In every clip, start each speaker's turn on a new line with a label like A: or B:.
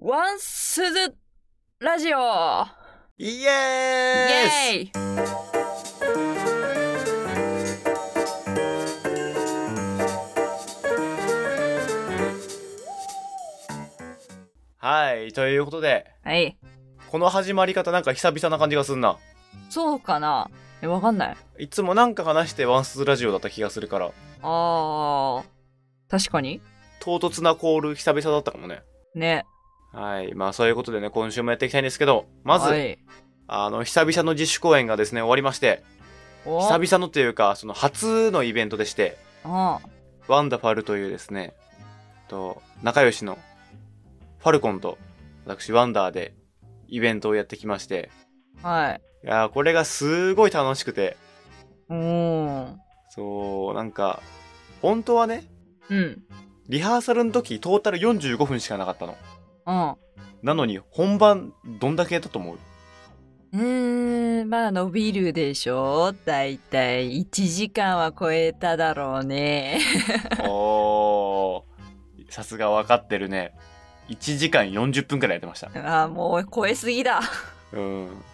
A: ワンスズラジオ
B: イ
A: イ
B: エーイ
A: エーイ
B: はい、ということで、
A: はい。
B: この始まり方なんか久々な感じがすんな。
A: そうかなえ、わかんない。
B: いつもなんか話してワンスズラジオだった気がするから、
A: あー。確かに
B: 唐突なコール久々だったかもね。
A: ね。
B: はい、まあそういうことでね、今週もやっていきたいんですけど、まず、
A: はい、
B: あの、久々の自主公演がですね、終わりまして、
A: お
B: 久々のというか、その初のイベントでして、
A: あ
B: ワンダファルというですね、と、仲良しのファルコンと、私、ワンダーでイベントをやってきまして、
A: はい。
B: いやーこれがすごい楽しくて、
A: うーん。
B: そう、なんか、本当はね、
A: うん。
B: リハーサルの時、トータル45分しかなかったの。
A: うん。
B: なのに、本番、どんだけやったと思う
A: うーん、まあ伸びるでしょだいたい1時間は超えただろうね。
B: おー、さすが分かってるね。1時間40分くらいやってました。
A: あーもう超えすぎだ。
B: うん。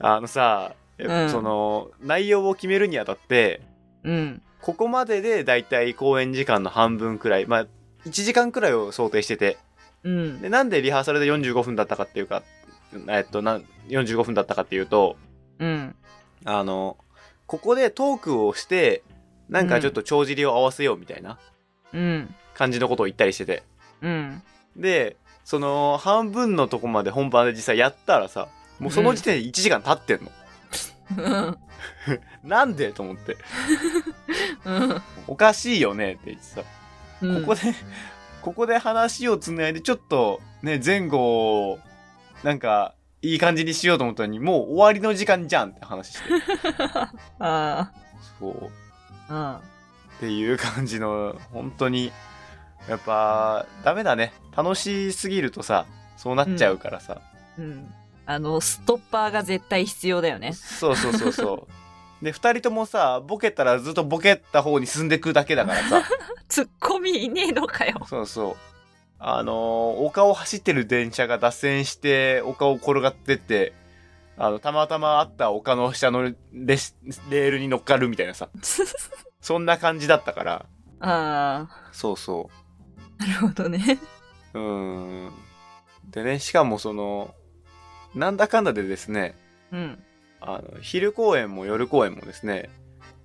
B: あのさ、
A: うん
B: その、内容を決めるにあたって、
A: うん。
B: ここまででだいたい公演時間の半分くらい、まあ、1時間くらいを想定してて、
A: うん。
B: で、なんでリハーサルで45分だったかっていうか、えっと、なん45分だったかっていうと、
A: うん。
B: あの、ここでトークをして、なんかちょっと帳尻を合わせようみたいな
A: うん。
B: 感じのことを言ったりしてて。
A: うん。
B: で、その半分のとこまで本番で実際やったらさ、もうその時点で1時間経ってんの。
A: うん。
B: なんでと思って。
A: うん
B: おかしいよねって言ってさ、
A: うん。
B: ここで、ここで話をつないで、ちょっとね、前後を、なんか、いい感じにしようと思ったのに、もう終わりの時間じゃんって話 して。
A: あ
B: そう。
A: あ。
B: っていう感じの本当にやっぱダメだね楽しすぎるとさそうなっちゃうからさ、
A: うん。うん。あの、ストッパーが絶対必要だよね。
B: そうそうそうそうで2人ともさボケたらずっとボケた方に進んでくだけだからさ
A: ツッコミいねえのかよ。
B: そうそうあのー丘を走ってる電車が脱線して丘を転がってってあのたまたまあった丘の下のレレールに乗っかるみたいなさそんな感じだったから
A: ああ。
B: そうそう
A: なるほどね。
B: うーん。でね、しかもその、なんだかんだでですね、
A: うん。
B: あの、昼公演も夜公演もですね、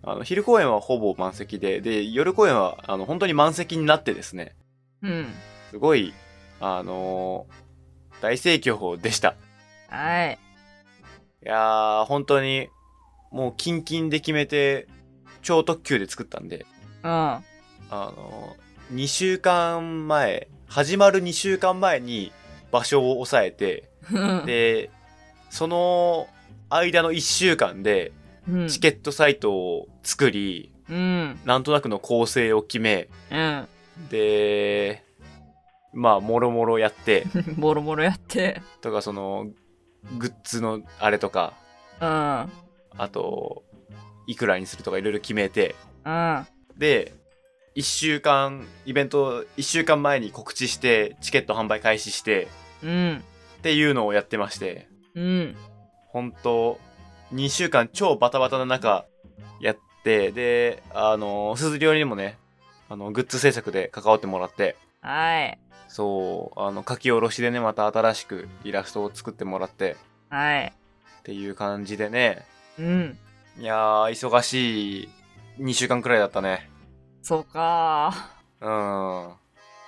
B: あの、昼公演はほぼ満席で、で、夜公演は、あの、本当に満席になってですね、
A: うん。
B: すごい、あのー大盛況でした。
A: はい。
B: いやー、本当に、もう、キンキンで決めて、超特急で作ったんで、
A: うん。
B: あのー、2週間前、始まる2週間前に場所を抑えて、
A: うん
B: でその間の1週間で
A: うん。
B: チケットサイトを作り、
A: うん。
B: なんとなくの構成を決め
A: うん。
B: でまあもろもろ やって
A: ボロボロやって。
B: とかそのグッズのあれとか
A: うん。
B: あといくらにするとかいろいろ決めて
A: うん。
B: で1週間イベント1週間前に告知してチケット販売開始して
A: うん。
B: っていうのをやってまして
A: うん。
B: 本当2週間超バタバタな中やってであの鈴料理にもねあのグッズ制作で関わってもらって
A: はい。
B: そうあの書き下ろしでねまた新しくイラストを作ってもらって
A: はい。
B: っていう感じでね
A: うん。
B: いやー忙しい2週間くらいだったね
A: そうか
B: うんも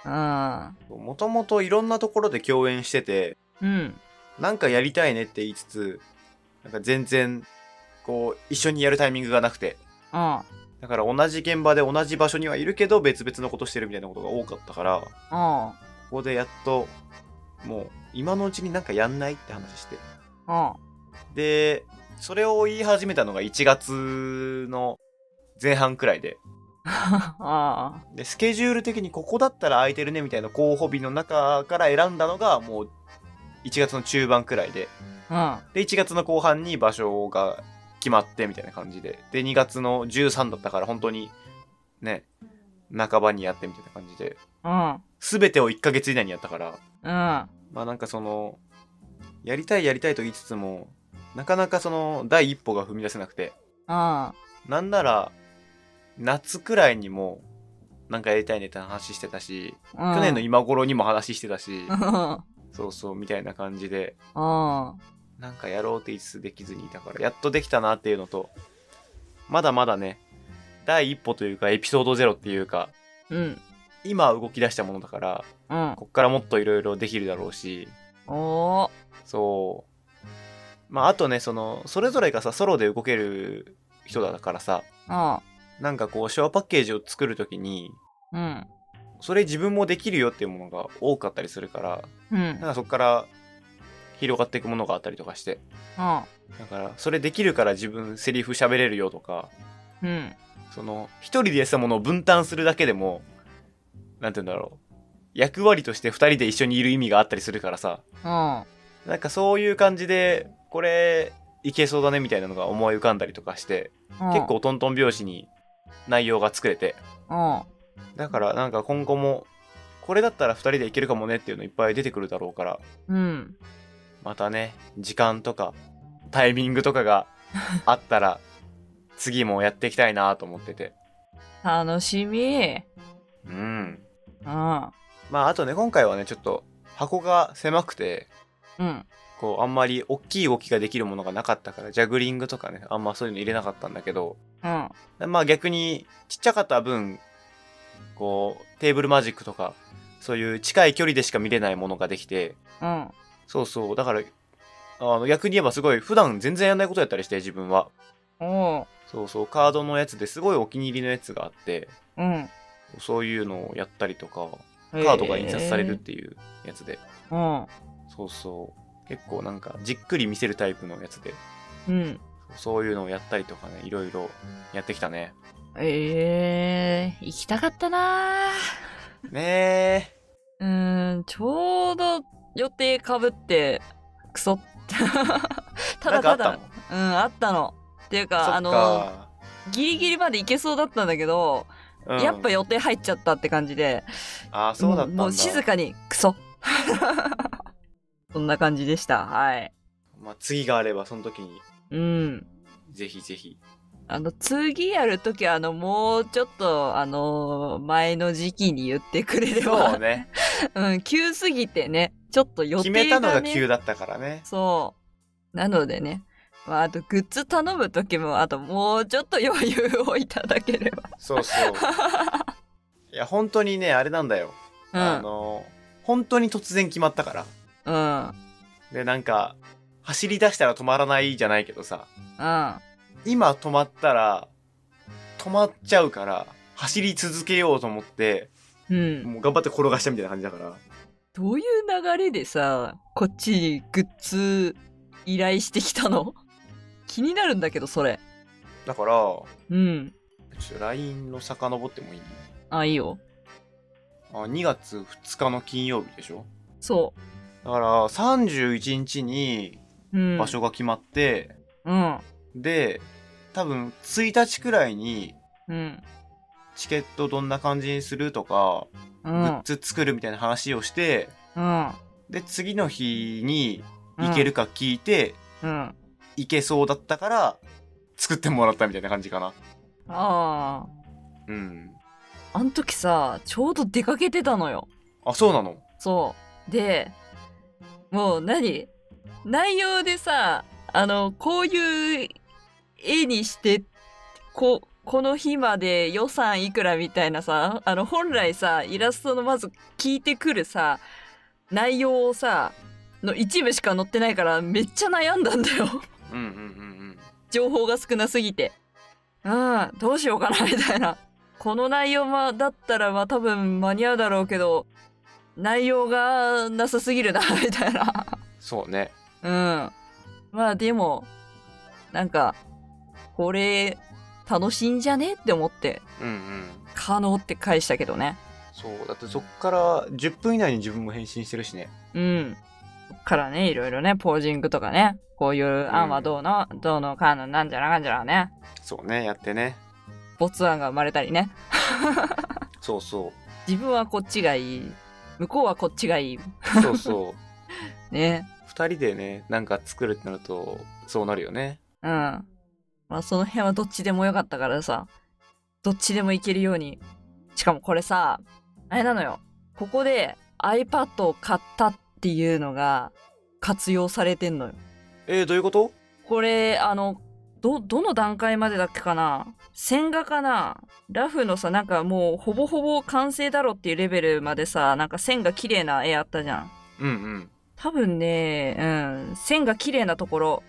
A: ー。
B: ともといろんなところで共演してて
A: うん。うん。
B: なんかやりたいねって言いつつなんか全然こう一緒にやるタイミングがなくて
A: うん。
B: だから同じ現場で同じ場所にはいるけど別々のことしてるみたいなことが多かったからこ
A: うん。
B: こでやっともう今のうちになんかやんないって話して
A: うん。
B: でそれを言い始めたのが1月の前半くらいで
A: あ
B: でスケジュール的にここだったら空いてるねみたいな候補日の中から選んだのがもう1月の中盤くらいで
A: あ。
B: で1月の後半に場所が決まってみたいな感じでで2月の13だったから本当にね半ばにやってみたいな感じで
A: うん。うん。
B: 全てを1ヶ月以内にやったから、
A: うん。
B: まあなんかそのやりたいやりたいと言いつつもなかなかその第一歩が踏み出せなくて
A: あ
B: なんなら夏くらいにもなんかやりたいねって話してたし、
A: あ、うん
B: 去年の今頃にも話してたし、
A: うん
B: そうそうみたいな感じで
A: うん
B: なんかやろうって言いつつできずにいたからやっとできたなっていうのとまだまだね第一歩というかエピソードゼロっていうか
A: うん
B: 今動き出したものだから
A: うん
B: こっからもっといろいろできるだろうし
A: おー
B: そうまああとねそのそれぞれがさソロで動ける人だからさ
A: うん
B: なんかこうショアパッケージを作る時に
A: うん
B: それ自分もできるよっていうものが多かったりするから
A: うんう
B: なんかそこから広がっていくものがあったりとかして
A: ん
B: だからそれできるから自分セリフ喋れるよとか
A: うん
B: その一人でやってたものを分担するだけでもなんて言うんだろう役割として二人で一緒にいる意味があったりするからさ
A: うん
B: なんかそういう感じでこれいけそうだねみたいなのが思い浮かんだりとかして結構トントン拍子に内容が作れて
A: うん
B: だからなんか今後もこれだったら二人でいけるかもねっていうのいっぱい出てくるだろうから
A: うん
B: またね時間とかタイミングとかがあったら次もやっていきたいなと思ってて
A: 楽しみ
B: うん
A: うん
B: まああとね今回はねちょっと箱が狭くて
A: うん
B: こうあんまり大きい動きができるものがなかったからジャグリングとかねあんまそういうの入れなかったんだけど
A: うん
B: まあ逆にちっちゃかった分こうテーブルマジックとかそういう近い距離でしか見れないものができて
A: うん
B: そうそうだからあの逆に言えばすごい普段全然やんないことやったりして自分は
A: おー
B: そうそうカードのやつですごいお気に入りのやつがあって
A: うん
B: そういうのをやったりとかカードが印刷されるっていうやつで、
A: えー
B: そうそう結構なんかじっくり見せるタイプのやつで
A: うんうん
B: そういうのをやったりとかねいろいろやってきたね
A: えー、行きたかったな
B: ねえ
A: ーうーんちょうど予定かぶってクソただ
B: なんかあ
A: た
B: ったの
A: だうんあったのっていうかあ
B: そっ
A: の
B: か
A: ギリギリまで行けそうだったんだけど、
B: うん
A: やっぱ予定入っちゃったって感じで
B: ああそうだったんだ
A: もう静かにクソ そんな感じでしたはい
B: まあ、次があればその時に
A: うん
B: ぜひ ぜひ
A: あの次やるときあのもうちょっとあの前の時期に言ってくれれ
B: そう
A: ば
B: ね
A: うん、急すぎてね、ちょっと予
B: 決
A: 定が、ね、
B: めたのが急だったからね
A: そう。なのでね、まあ、あとグッズ頼む時も、あともうちょっと余裕をいただければ。
B: そうそう いや本当にねあれなんだよ、あの本当に突然決まったか
A: う
B: ら
A: ん、うん、
B: でなんか走り出したら止まらないじゃないけどさ
A: うん。
B: 今止まったら止まっちゃうから走り続けようと思って
A: うん、
B: もう頑張って転がしたみたいな感じだから
A: どういう流れでさこっちにグッズ依頼してきたの 気になるんだけどそれ
B: だからちょ
A: うん
B: っと LINE の遡ってもいい
A: あいいよ
B: あ2月2日の金曜日でしょ
A: そ
B: だから31日に
A: う、うん、
B: 場所が決まって、
A: うん
B: で多分1日くらいに
A: うん
B: チケットどんな感じにするとか、
A: う
B: グ
A: ん
B: ッズ作るみたいな話をして
A: うん
B: で次の日に
A: うん
B: 行けるか聞いて、
A: うんあ
B: 行けそうだったから作ってもらったみたいな感じかな
A: あ
B: うん
A: あの時さちょうど出かけてたのよ
B: あそうなの
A: そうでもう何内容でさあのこういう絵にしてここの日まで予算いくらみたいなさあの本来さイラストのまず聞いてくるさ内容をさの一部しか載ってないからめっちゃ悩んだんだよ
B: うんうんうん
A: 情報が少なすぎてうんどうしようかなみたいなこの内容はだったらまあ多分間に合うだろうけど内容がなさすぎるなみたいな
B: うんそうね
A: うんまあでもなんかこれ楽しいんじゃねって思って
B: うんうん
A: 可能って返したけどね
B: そうだってそっから10分以内に自分も返信してるしね
A: うんこっからねいろいろねポージングとかねこういう案はどうの、どうのかのなんじゃらかんじゃらね
B: そうねやってね
A: 没案が生まれたりね
B: そうそ
A: 自分はこっちがいい向こうはこっちがいいう
B: そうそう
A: ね。
B: 二人でね、なんか作るってなると、そうなるよね。
A: うん。まあその辺はどっちでもよかったからさ、どっちでもいけるように。しかもこれさ、あれなのよ。ここで iPad を買ったっていうのが活用されてんのよ。
B: えー、どういうこと
A: これ、あの、ど、どの段階までだっけかな線画かなラフのさ、なんかもうほぼほぼ完成だろっていうレベルまでさ、なんか線が綺麗な絵あったじゃん。
B: うんうん。
A: 多分ね、うん、線が綺麗なところ、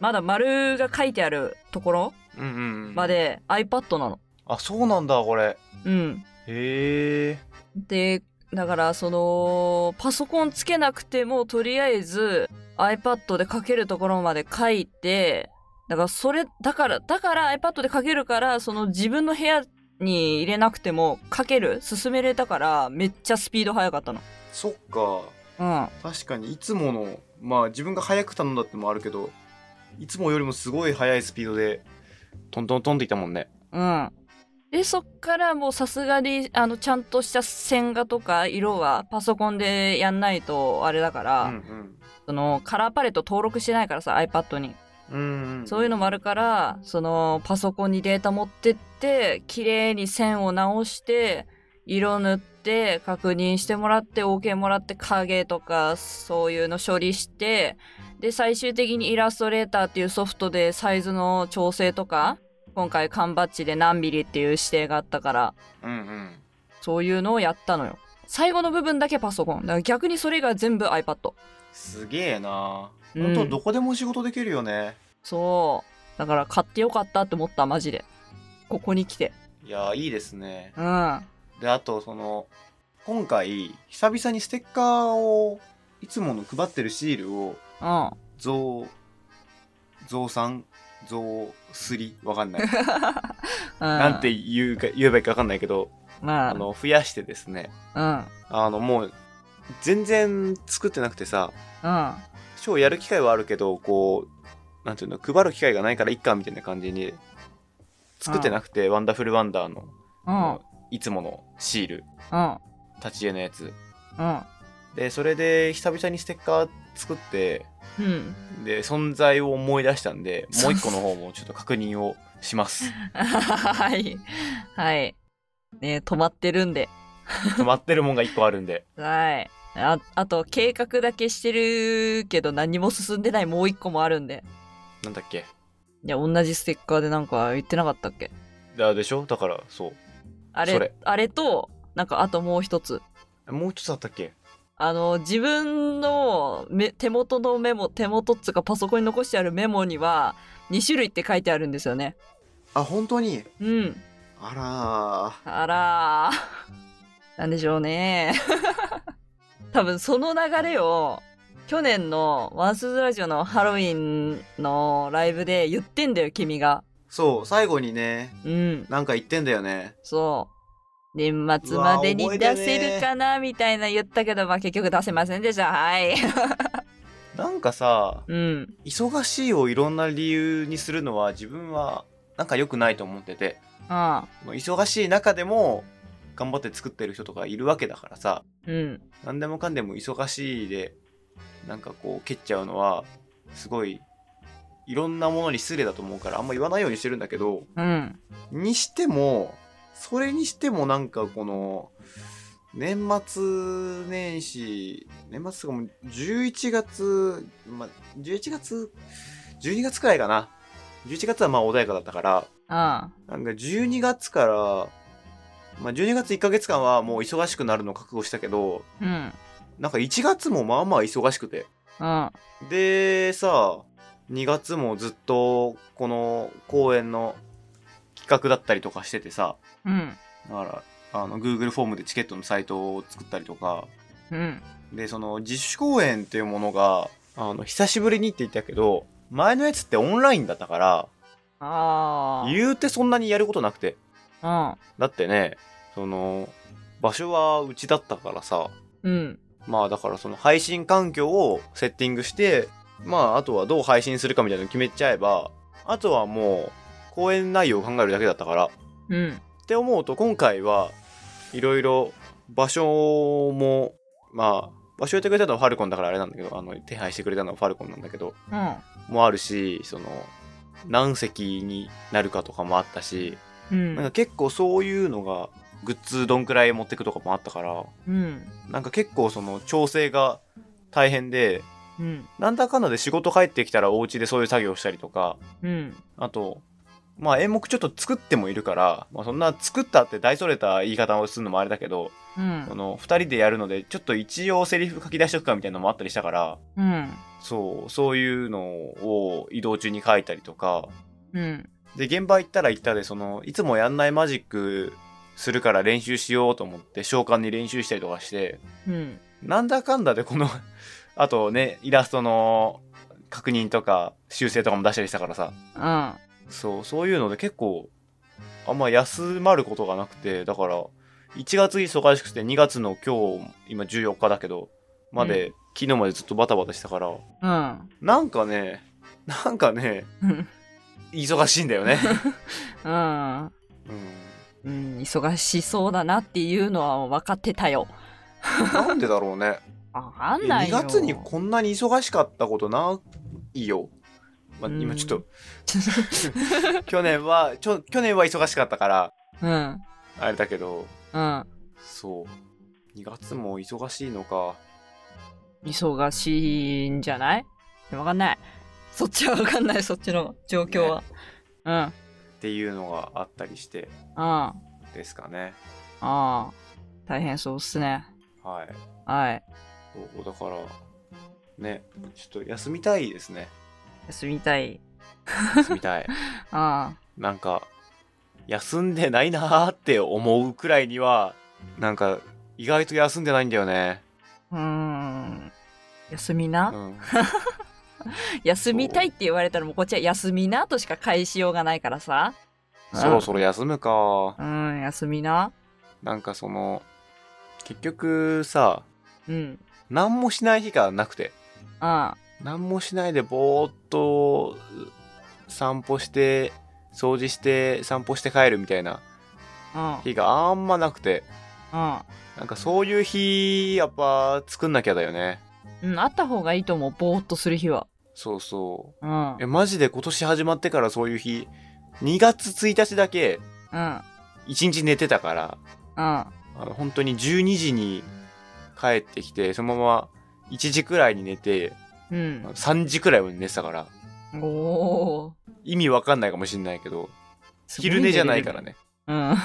A: まだ丸が書いてあるところ
B: うんうん、うん。
A: ま。で iPad なの。
B: あ、そうなんだ、これ。
A: うん。
B: へえ。
A: で、だからその、パソコンつけなくてもとりあえず iPad で書けるところまで書いて、だからそれ、だから、だから iPad で書けるから、その自分の部屋に入れなくても書ける、進めれたから、めっちゃスピード速かったの。
B: そっか。
A: うん。
B: 確かに、いつもの、まあ自分が早く頼んだってのもあるけど、いつもよりもすごい速いスピードで、トントントンっていったもんね。
A: うん。で、そっからもうさすがに、あの、ちゃんとした線画とか色はパソコンでやんないとあれだから、
B: うん
A: そのカラーパレット登録してないからさ、iPad に。
B: うん。うん、うん。
A: そういうのもあるから、そのパソコンにデータ持ってって、綺麗に線を直して、色塗って、確認してもらって、OK もらって、影とか、そういうの処理して、で、最終的にイラストレーターっていうソフトでサイズの調整とか、今回缶バッジで何ミリっていう指定があったから、
B: うんうん。
A: そういうのをやったのよ。最後の部分だけパソコン。だから逆にそれが全部 iPad。
B: すげえな。
A: うん
B: 本当どこでも仕事できるよね。
A: そう。だから買ってよかったって思った、マジで。ここに来て。
B: いやーいいですね。
A: うん。
B: であとその今回久々にステッカーをいつもの配ってるシールを
A: うん。
B: 増増産増すりわかんない
A: な
B: なんて言うか言えばいいかわかんないけど
A: まあ、
B: あの増やしてですね
A: う
B: あのもう全然作ってなくてさ
A: ん、うん。
B: ショーやる機会はあるけどこうなんていうの配る機会がないからいっかみたいな感じに作ってなくて「ワンダフルワンダーの」
A: うん、
B: いつものシール
A: うん、
B: 立ち絵のやつ
A: うん、
B: でそれで久々にステッカー作って
A: うん。
B: で存在を思い出したんで もう一個の方もちょっと確認をします
A: はい、はい。ね止まってるんで。
B: 止まってるもんが一個あるんで
A: はい。ああと、計画だけしてるけど何も進んでないもう一個もあるんで。
B: なんだっけ
A: いや、同じステッカーでなんか言ってなかったっけ
B: だでしょだからそ
A: あれ、
B: それ
A: あれと、なんかあともう一つ。
B: うもう一つあったっけ
A: あの、自分のめ手元のメモ、手元っつうかパソコンに残してあるメモには、2種類って書いてあるんですよね。
B: あ本当に
A: うん。
B: あ
A: あらー。なんでしょうね。 多分その流れを、去年のワンスズラジオのハロウィンのライブで言ってんだよ、君が。
B: らそう最後にね
A: うん、
B: なんか言ってんだよね
A: そう。年末までに出せるかな、みたいな言ったけど、まあ結局出せませんでした。はい。
B: なんかさ
A: うん。
B: 忙しいをいろんな理由にするのは自分はなんか良くないと思ってて
A: ああ。
B: 忙しい中でも頑張って作ってる人とかいるわけだからさ
A: うん。
B: 何でもかんでも忙しいでなんかこう蹴っちゃうのはすごいいろんなものに失礼だと思うからあんま言わないようにしてるんだけど
A: うん。
B: にしてもそれにしてもなんかこの年末年始年末とかもう11月、まあ、11月12月くらいかな11月はまあ穏やかだったから
A: ああ。
B: なんか12月から、まあ、12月1ヶ月間はもう忙しくなるの覚悟したけど
A: うん。
B: なんか1月もまあまあ忙しくて。
A: うん。
B: で、さ、2月もずっとこの公演の企画だったりとかしててさ、
A: うん。
B: だから、あの、Google フォームでチケットのサイトを作ったりとか、
A: うん。
B: で、その自主公演っていうものが、あの、久しぶりにって言ったけど、前のやつってオンラインだったから、
A: あ
B: 言うてそんなにやることなくて。
A: あ。
B: だってね、その、場所はうちだったからさ、
A: うん。うん。
B: まあだからその配信環境をセッティングして、まああとはどう配信するかみたいなの決めちゃえば、あとはもう公演内容を考えるだけだったから。っ
A: うん。
B: て思うと今回はいろいろ場所も、まあ場所をてくれたのはファルコンだからあれなんだけどあの手配してくれたのはファルコンなんだけど
A: うん。
B: もあるしその何席になるかとかもあったし
A: うん。
B: なんか結構そういうのがグッズどんくらい持ってくとかもあったから
A: うん。
B: なんか結構その調整が大変で
A: うん。
B: なんだかんだで仕事帰ってきたらお家でそういう作業したりとか
A: うん。
B: あとまあ演目ちょっと作ってもいるから、まあ、そんな作ったって大それた言い方をするのもあれだけど、
A: うん
B: そ。の2人でやるのでちょっと一応セリフ書き出しとくかみたいなのもあったりしたから
A: うん。
B: そうそういうのを移動中に書いたりとか
A: うん。
B: で現場行ったら行ったでそのいつもやんないマジックするから練習しようと思って召喚に練習したりとかして
A: うん。
B: なんだかんだでこの あとねイラストの確認とか修正とかも出したりしたからさ
A: うん。
B: そうそういうので結構あんま休まることがなくてだから1月忙しくて2月の今日今14日だけどまで、昨日までずっとバタバタしたから
A: うん。
B: なんかねなんかね忙しいんだ よね、
A: うん。
B: うん、
A: うん。忙しそうだなっていうのは分かってたよ。
B: なんでだろうね
A: わかんない
B: 2
A: よ。
B: 月にこんなに忙しかったことないよ、ま
A: う
B: あ、
A: ん
B: 今ちょっと去年はちょ去年は忙しかったから
A: うん。
B: あれだけど
A: うん。
B: そう2月も忙しいのか
A: 忙しいんじゃないわかんない。そっちはわかんない、そっちの状況は。
B: っていうのがあったりして
A: うん。うん。
B: ですかね
A: ああ、大変そうっすね。
B: はい
A: はい。
B: そうだからねちょっと休みたいですね
A: 休みたい。
B: 休みたい
A: あ
B: なんか休んでないなーって思うくらいにはなんか意外と休んでないんだよね
A: あ、うーん。休み
B: う
A: な、
B: ん
A: 休みたいって言われたらもうこっちは休みなとしか返しようがないからさ。うん
B: そろそろ休むか
A: うん、休みな。
B: なんかその結局さ
A: うん。
B: 何もしない日がなくて
A: あ
B: 何もしないでぼーっと散歩して掃除して散歩して帰るみたいな
A: あ、うん、
B: 日があんまなくて
A: うん。
B: なんかそういう日やっぱ作んなきゃだよね
A: うん、あった方がいいと思う、ぼーっとする日は。
B: そうそ
A: うん。う
B: うえ
A: ん。
B: マジで今年始まってからそういう日2月1日だけ
A: うん。
B: 1日寝てたから
A: あ
B: あの本当に12時に帰ってきてそのまま1時くらいに寝て
A: うん。
B: 3時くらいまで寝てたから
A: おー。
B: 意味わかんないかもしんないけど
A: すご
B: 昼寝じゃないから
A: ね。
B: ね
A: うん。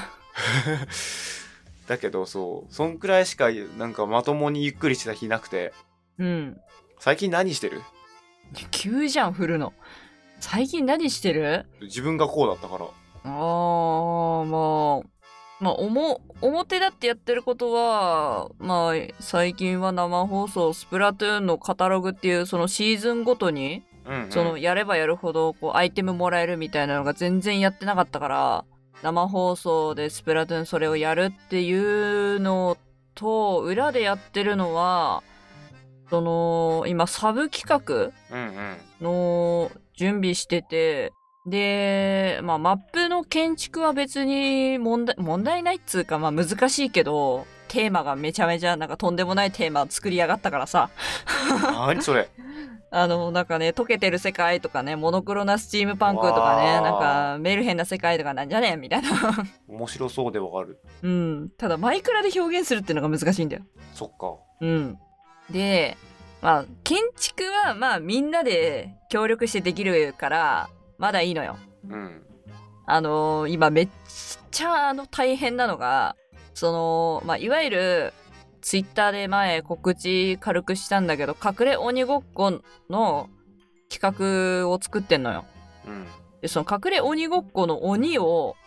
B: だけどそうそんくらいしかなんかまともにゆっくりしてた日なくて
A: うん。
B: 最近何してる
A: 急じゃん、降るの。最近何してる
B: 自分がこうだったから
A: ああまあまあおも表だってやってることはまあ最近は生放送「スプラトゥーン」のカタログっていうそのシーズンごとに
B: うんうん
A: そのやればやるほどこうアイテムもらえるみたいなのが全然やってなかったから生放送で「スプラトゥーン」それをやるっていうのと裏でやってるのはその今サブ企画
B: うん うん
A: の準備してて、で、まあ、マップの建築は別に問題、問題ないっつうか、まあ、難しいけど、テーマがめちゃめちゃなんかとんでもないテーマ作りやがったからさ、
B: 何それ
A: あの、なんかね、溶けてる世界とかね、モノクロなスチームパンクとかね、
B: わー
A: なんかメルヘンな世界とかなんじゃねえみたいな。
B: 面白そうでわかる
A: うん。ただ、マイクラで表現するっていうのが難しいんだよ。
B: そっか
A: うん。で、まあ、建築はまあみんなで協力してできるから、まだいいのよ。
B: うん
A: あのー今めっちゃあの大変なのが、その、まあ、いわゆる、ツイッターで前告知軽くしたんだけど、隠れ鬼ごっこの企画を作ってんのよ。
B: うん
A: で、その隠れ鬼ごっこの鬼を、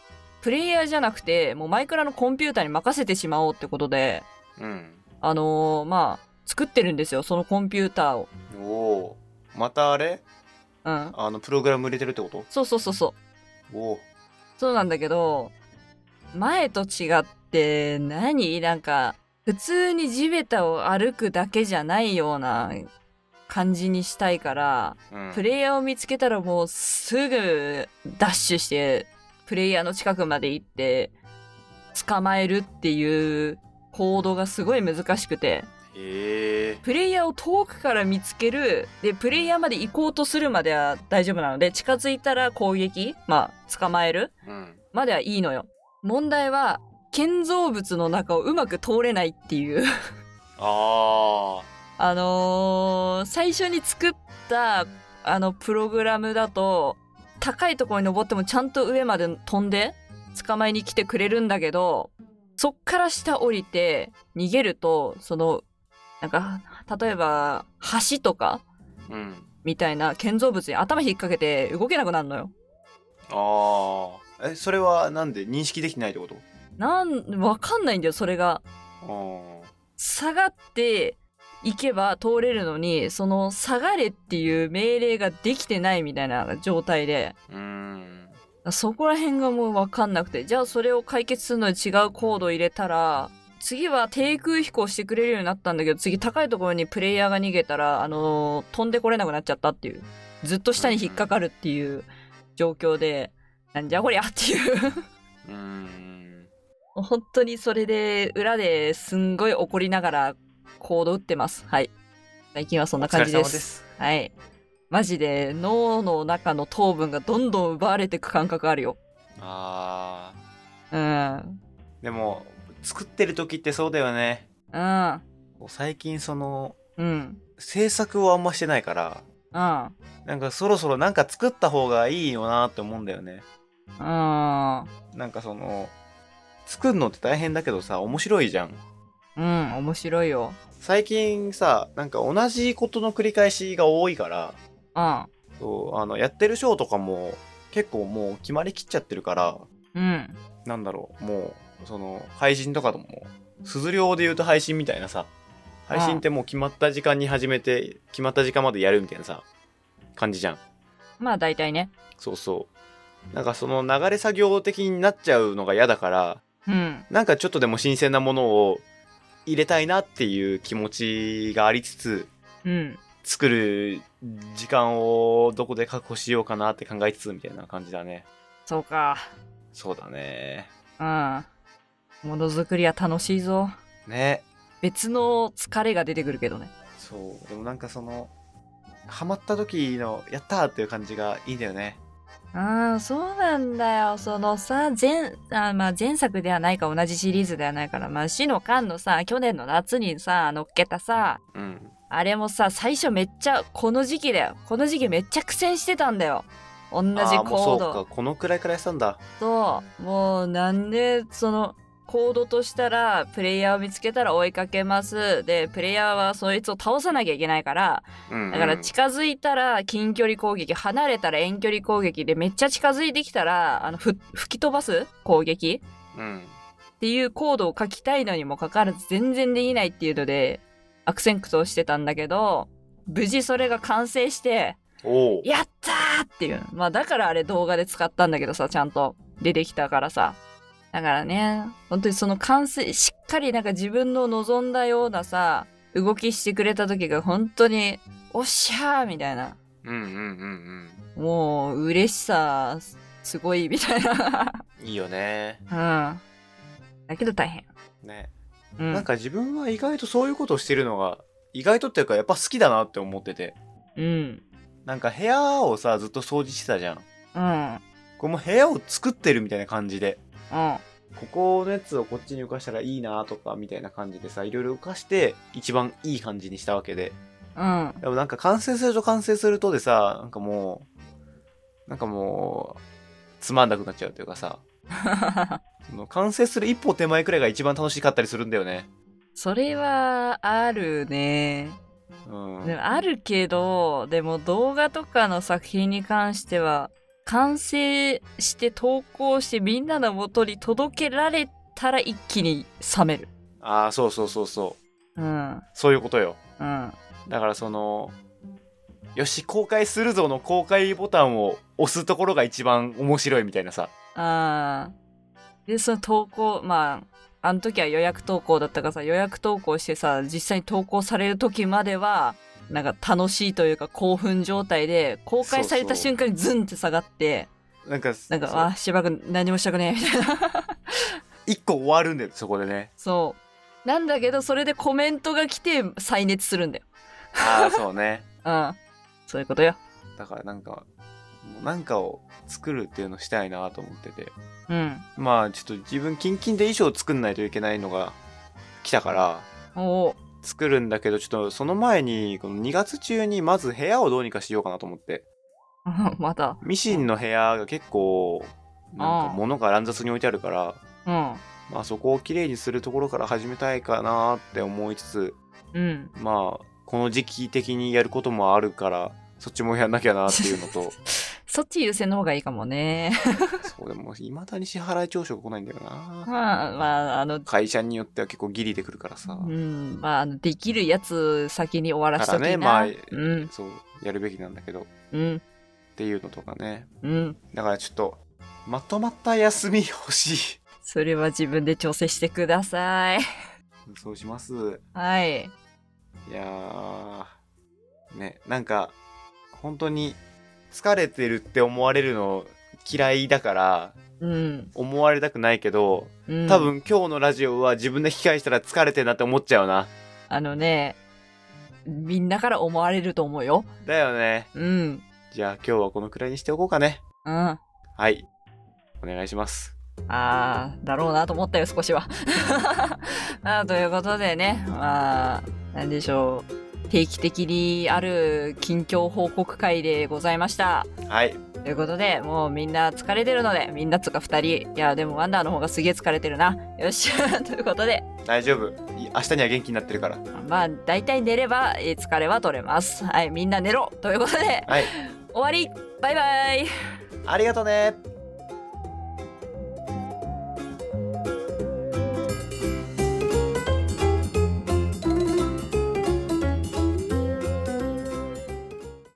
A: プレイヤーじゃなくて、もうマイクラのコンピューターに任せてしまおうってことで、
B: うん
A: あのーまあ、作ってるんですよ、そのコンピューターを。
B: おおーまたあれ
A: うん。
B: あのプログラム入れてるってこと
A: そうそうそうそう。
B: おお
A: そうなんだけど、前と違って何なんか、普通に地べたを歩くだけじゃないような感じにしたいから、
B: うん
A: プレイヤーを見つけたらもうすぐダッシュして、プレイヤーの近くまで行って、捕まえるっていう行動がすごい難しくて。
B: へえ
A: プレイヤーを遠くから見つけるでプレイヤーまで行こうとするまでは大丈夫なので近づいたら攻撃まあ捕まえる
B: えうん
A: まではいいのよ問題は建造物の中をうまく通れないっていう
B: あ
A: あのー最初に作ったあのプログラムだと高いところに登ってもちゃんと上まで飛んで捕まえに来てくれるんだけどそっから下降りて逃げるとそのなんか例えば橋とか
B: あうん
A: みたいな建造物に頭引っ掛けて動けなくなるのよ。
B: ああえそれはなんで認識できてないってこと
A: なんわかんないんだよそれが。
B: あ
A: 下がって行けば通れるのにその下がれっていう命令ができてないみたいな状態で
B: あうん
A: そこら辺がもう分かんなくてじゃあそれを解決するのに違うコードを入れたら次は低空飛行してくれるようになったんだけど次高いところにプレイヤーが逃げたらあのー飛んでこれなくなっちゃったっていうずっと下に引っかかるっていう状況でなんじゃこりゃっていう。
B: うん
A: 本当にそれで裏ですんごい怒りながらコード打ってますはい最近はそんな感じですはいマジで脳の中の糖分がどんどん奪われていく感覚あるよ
B: ああ
A: うん
B: でも作ってる時ってそうだよね
A: うん
B: こう最近その
A: うん
B: 制作をあんましてないから
A: うん
B: なんかそろそろなんか作った方がいいよなって思うんだよね
A: うん
B: なんかその作るのって大変だけどさ面白いじゃん
A: うん面白いよ
B: 最近さなんか同じことの繰り返しが多いから
A: うん
B: そうあのやってるショーとかも結構もう決まりきっちゃってるから
A: うん
B: なんだろうもうその配信とかとも鈴量で言うと配信みたいなさ配信ってもう決まった時間に始めて決まった時間までやるみたいなさ感じじゃん
A: まあ大体ね
B: そうそうなんかその流れ作業的になっちゃうのが嫌だから
A: うん
B: なんかちょっとでも新鮮なものを入れたいなっていう気持ちがありつつ
A: うん
B: 作る時間をどこで確保しようかなって考えつつみたいな感じだね
A: そうか
B: そうだね
A: うんものづくりは楽しいぞ
B: ね
A: 別の疲れが出てくるけどね
B: そうでもなんかそのハマった時のやったーっていう感じがいいんだよね
A: ああ、そうなんだよ。そのさ、前、あまあ、前作ではないか、同じシリーズではないから、まあ、死の缶のさ、去年の夏にさ、乗っけたさ、
B: うん
A: あれもさ、最初めっちゃ、この時期だよ。この時期めっちゃ苦戦してたんだよ。同じ
B: あーもう
A: コー
B: そう
A: ド
B: かこのくらいからやってたんだ
A: と、もうなんで、その、コードとしたら、プレイヤーを見つけたら追いかけます。で、プレイヤーはそいつを倒さなきゃいけないから、
B: うん
A: だから近づいたら近距離攻撃離れたら遠距離攻撃でめっちゃ近づいてきたらあのふ吹き飛ばす攻撃
B: うん
A: っていうコードを書きたいのにもかかわらず全然できないっていうので悪戦苦闘してたんだけど無事それが完成して
B: おお
A: やったーっていうまあだからあれ動画で使ったんだけどさちゃんと出てきたからさだからね本当にその完成しっかりなんか自分の望んだようなさ動きしてくれた時が本当におっしゃーみたいな
B: うんうんうん
A: もう嬉しさすごいみたい
B: うんいいよね
A: な。うん。だけど大変。
B: ね、
A: うん。
B: なんか自分は意外とそういうことをしてるのが意外とっていうかやっぱ好きだなって思ってて
A: うん。
B: なんか部屋をさずっと掃除してたじゃん
A: うん。うん。
B: これもう部屋を作ってるみたいな感じでここのやつをこっちに浮かしたらいいなとかみたいな感じでさいろいろ浮かして一番いい感じにしたわけで
A: うん。
B: でもなんか完成すると完成するとでさなんかもうなんかもうつまんなくなっちゃうという かさその完成する一歩手前くらいが一番楽しかったりするんだよね
A: それはあるね。
B: うん
A: でもあるけど、でも動画とかの作品に関しては、完成して投稿してみんなの元に届けられたら一気に冷める。
B: ああそうそうそうそう
A: うん。
B: そういうことよ
A: うん。
B: だからそのよし公開するぞの公開ボタンを押すところが一番面白いみたいなさ
A: あーでその投稿まああの時は予約投稿だったからさ予約投稿してさ実際に投稿される時まではなんか楽しいというか興奮状態で公開された
B: そうそう
A: 瞬間にズンって下がって
B: なんか
A: なんかあーしばらく何もしたくねえみたいな
B: 1個終わるんだよそこでね
A: そうなんだけどそれでコメントが来て再熱するんだよ。
B: ああそうね
A: うん。そういうことよ。
B: だからなんかもうなんかを作るっていうのしたいなと思ってて
A: うん。
B: まあちょっと自分キンキンで衣装を作んないといけないのが来たから
A: おお。
B: 作るんだけどちょっとその前にこの2月中にまず部屋をどうにかしようかなと思って
A: また。
B: ミシンの部屋が結構なん
A: ああ
B: か物が乱雑に置いてあるから
A: うん。
B: まあそこをきれいにするところから始めたいかなって思いつつ
A: うん。
B: まあこの時期的にやることもあるからそっちもやんなきゃなっていうの と
A: そっち優先の方がいいかもね。
B: そうでもいまだに支払い調書が来ないんだよな
A: まあまあ、あの、
B: 会社によっては結構ギリでくるからさ、
A: うん。まあ、あのできるやつ先に終わらしときな。
B: からねまあ
A: うん。
B: そうやるべきなんだけどっ
A: うん。
B: ていうのとかね
A: うん。
B: だからちょっとまとまった休み欲し
A: それは自分で調整してください。
B: いそうします
A: はい。
B: いやーねなんか本当に疲れてるって思われるの嫌いだから
A: うん。
B: 思われたくないけど
A: うん、
B: 多分今日のラジオは自分で引き返したら疲れてるなって思っちゃうな
A: あのね、みんなから思われると思うよ。
B: だよね
A: うん。
B: じゃあ今日はこのくらいにしておこうかね
A: うん。あ
B: はいお願いします
A: あー、だろうなと思ったよ、少しは。 あーということでね、まあ、なんでしょう。定期的にある近況報告会でございました。
B: はい
A: ということで、もうみんな疲れてるので、みんなつうか二人。いや、でもワンダーの方がすげえ疲れてるな。よっしゃ、 ということで、
B: 大丈夫い明日には元気になってるから
A: まあ、大体寝れば、えー疲れは取れます。はい、みんな寝ろということで、
B: はい
A: 終わりバイバイ
B: ありがとね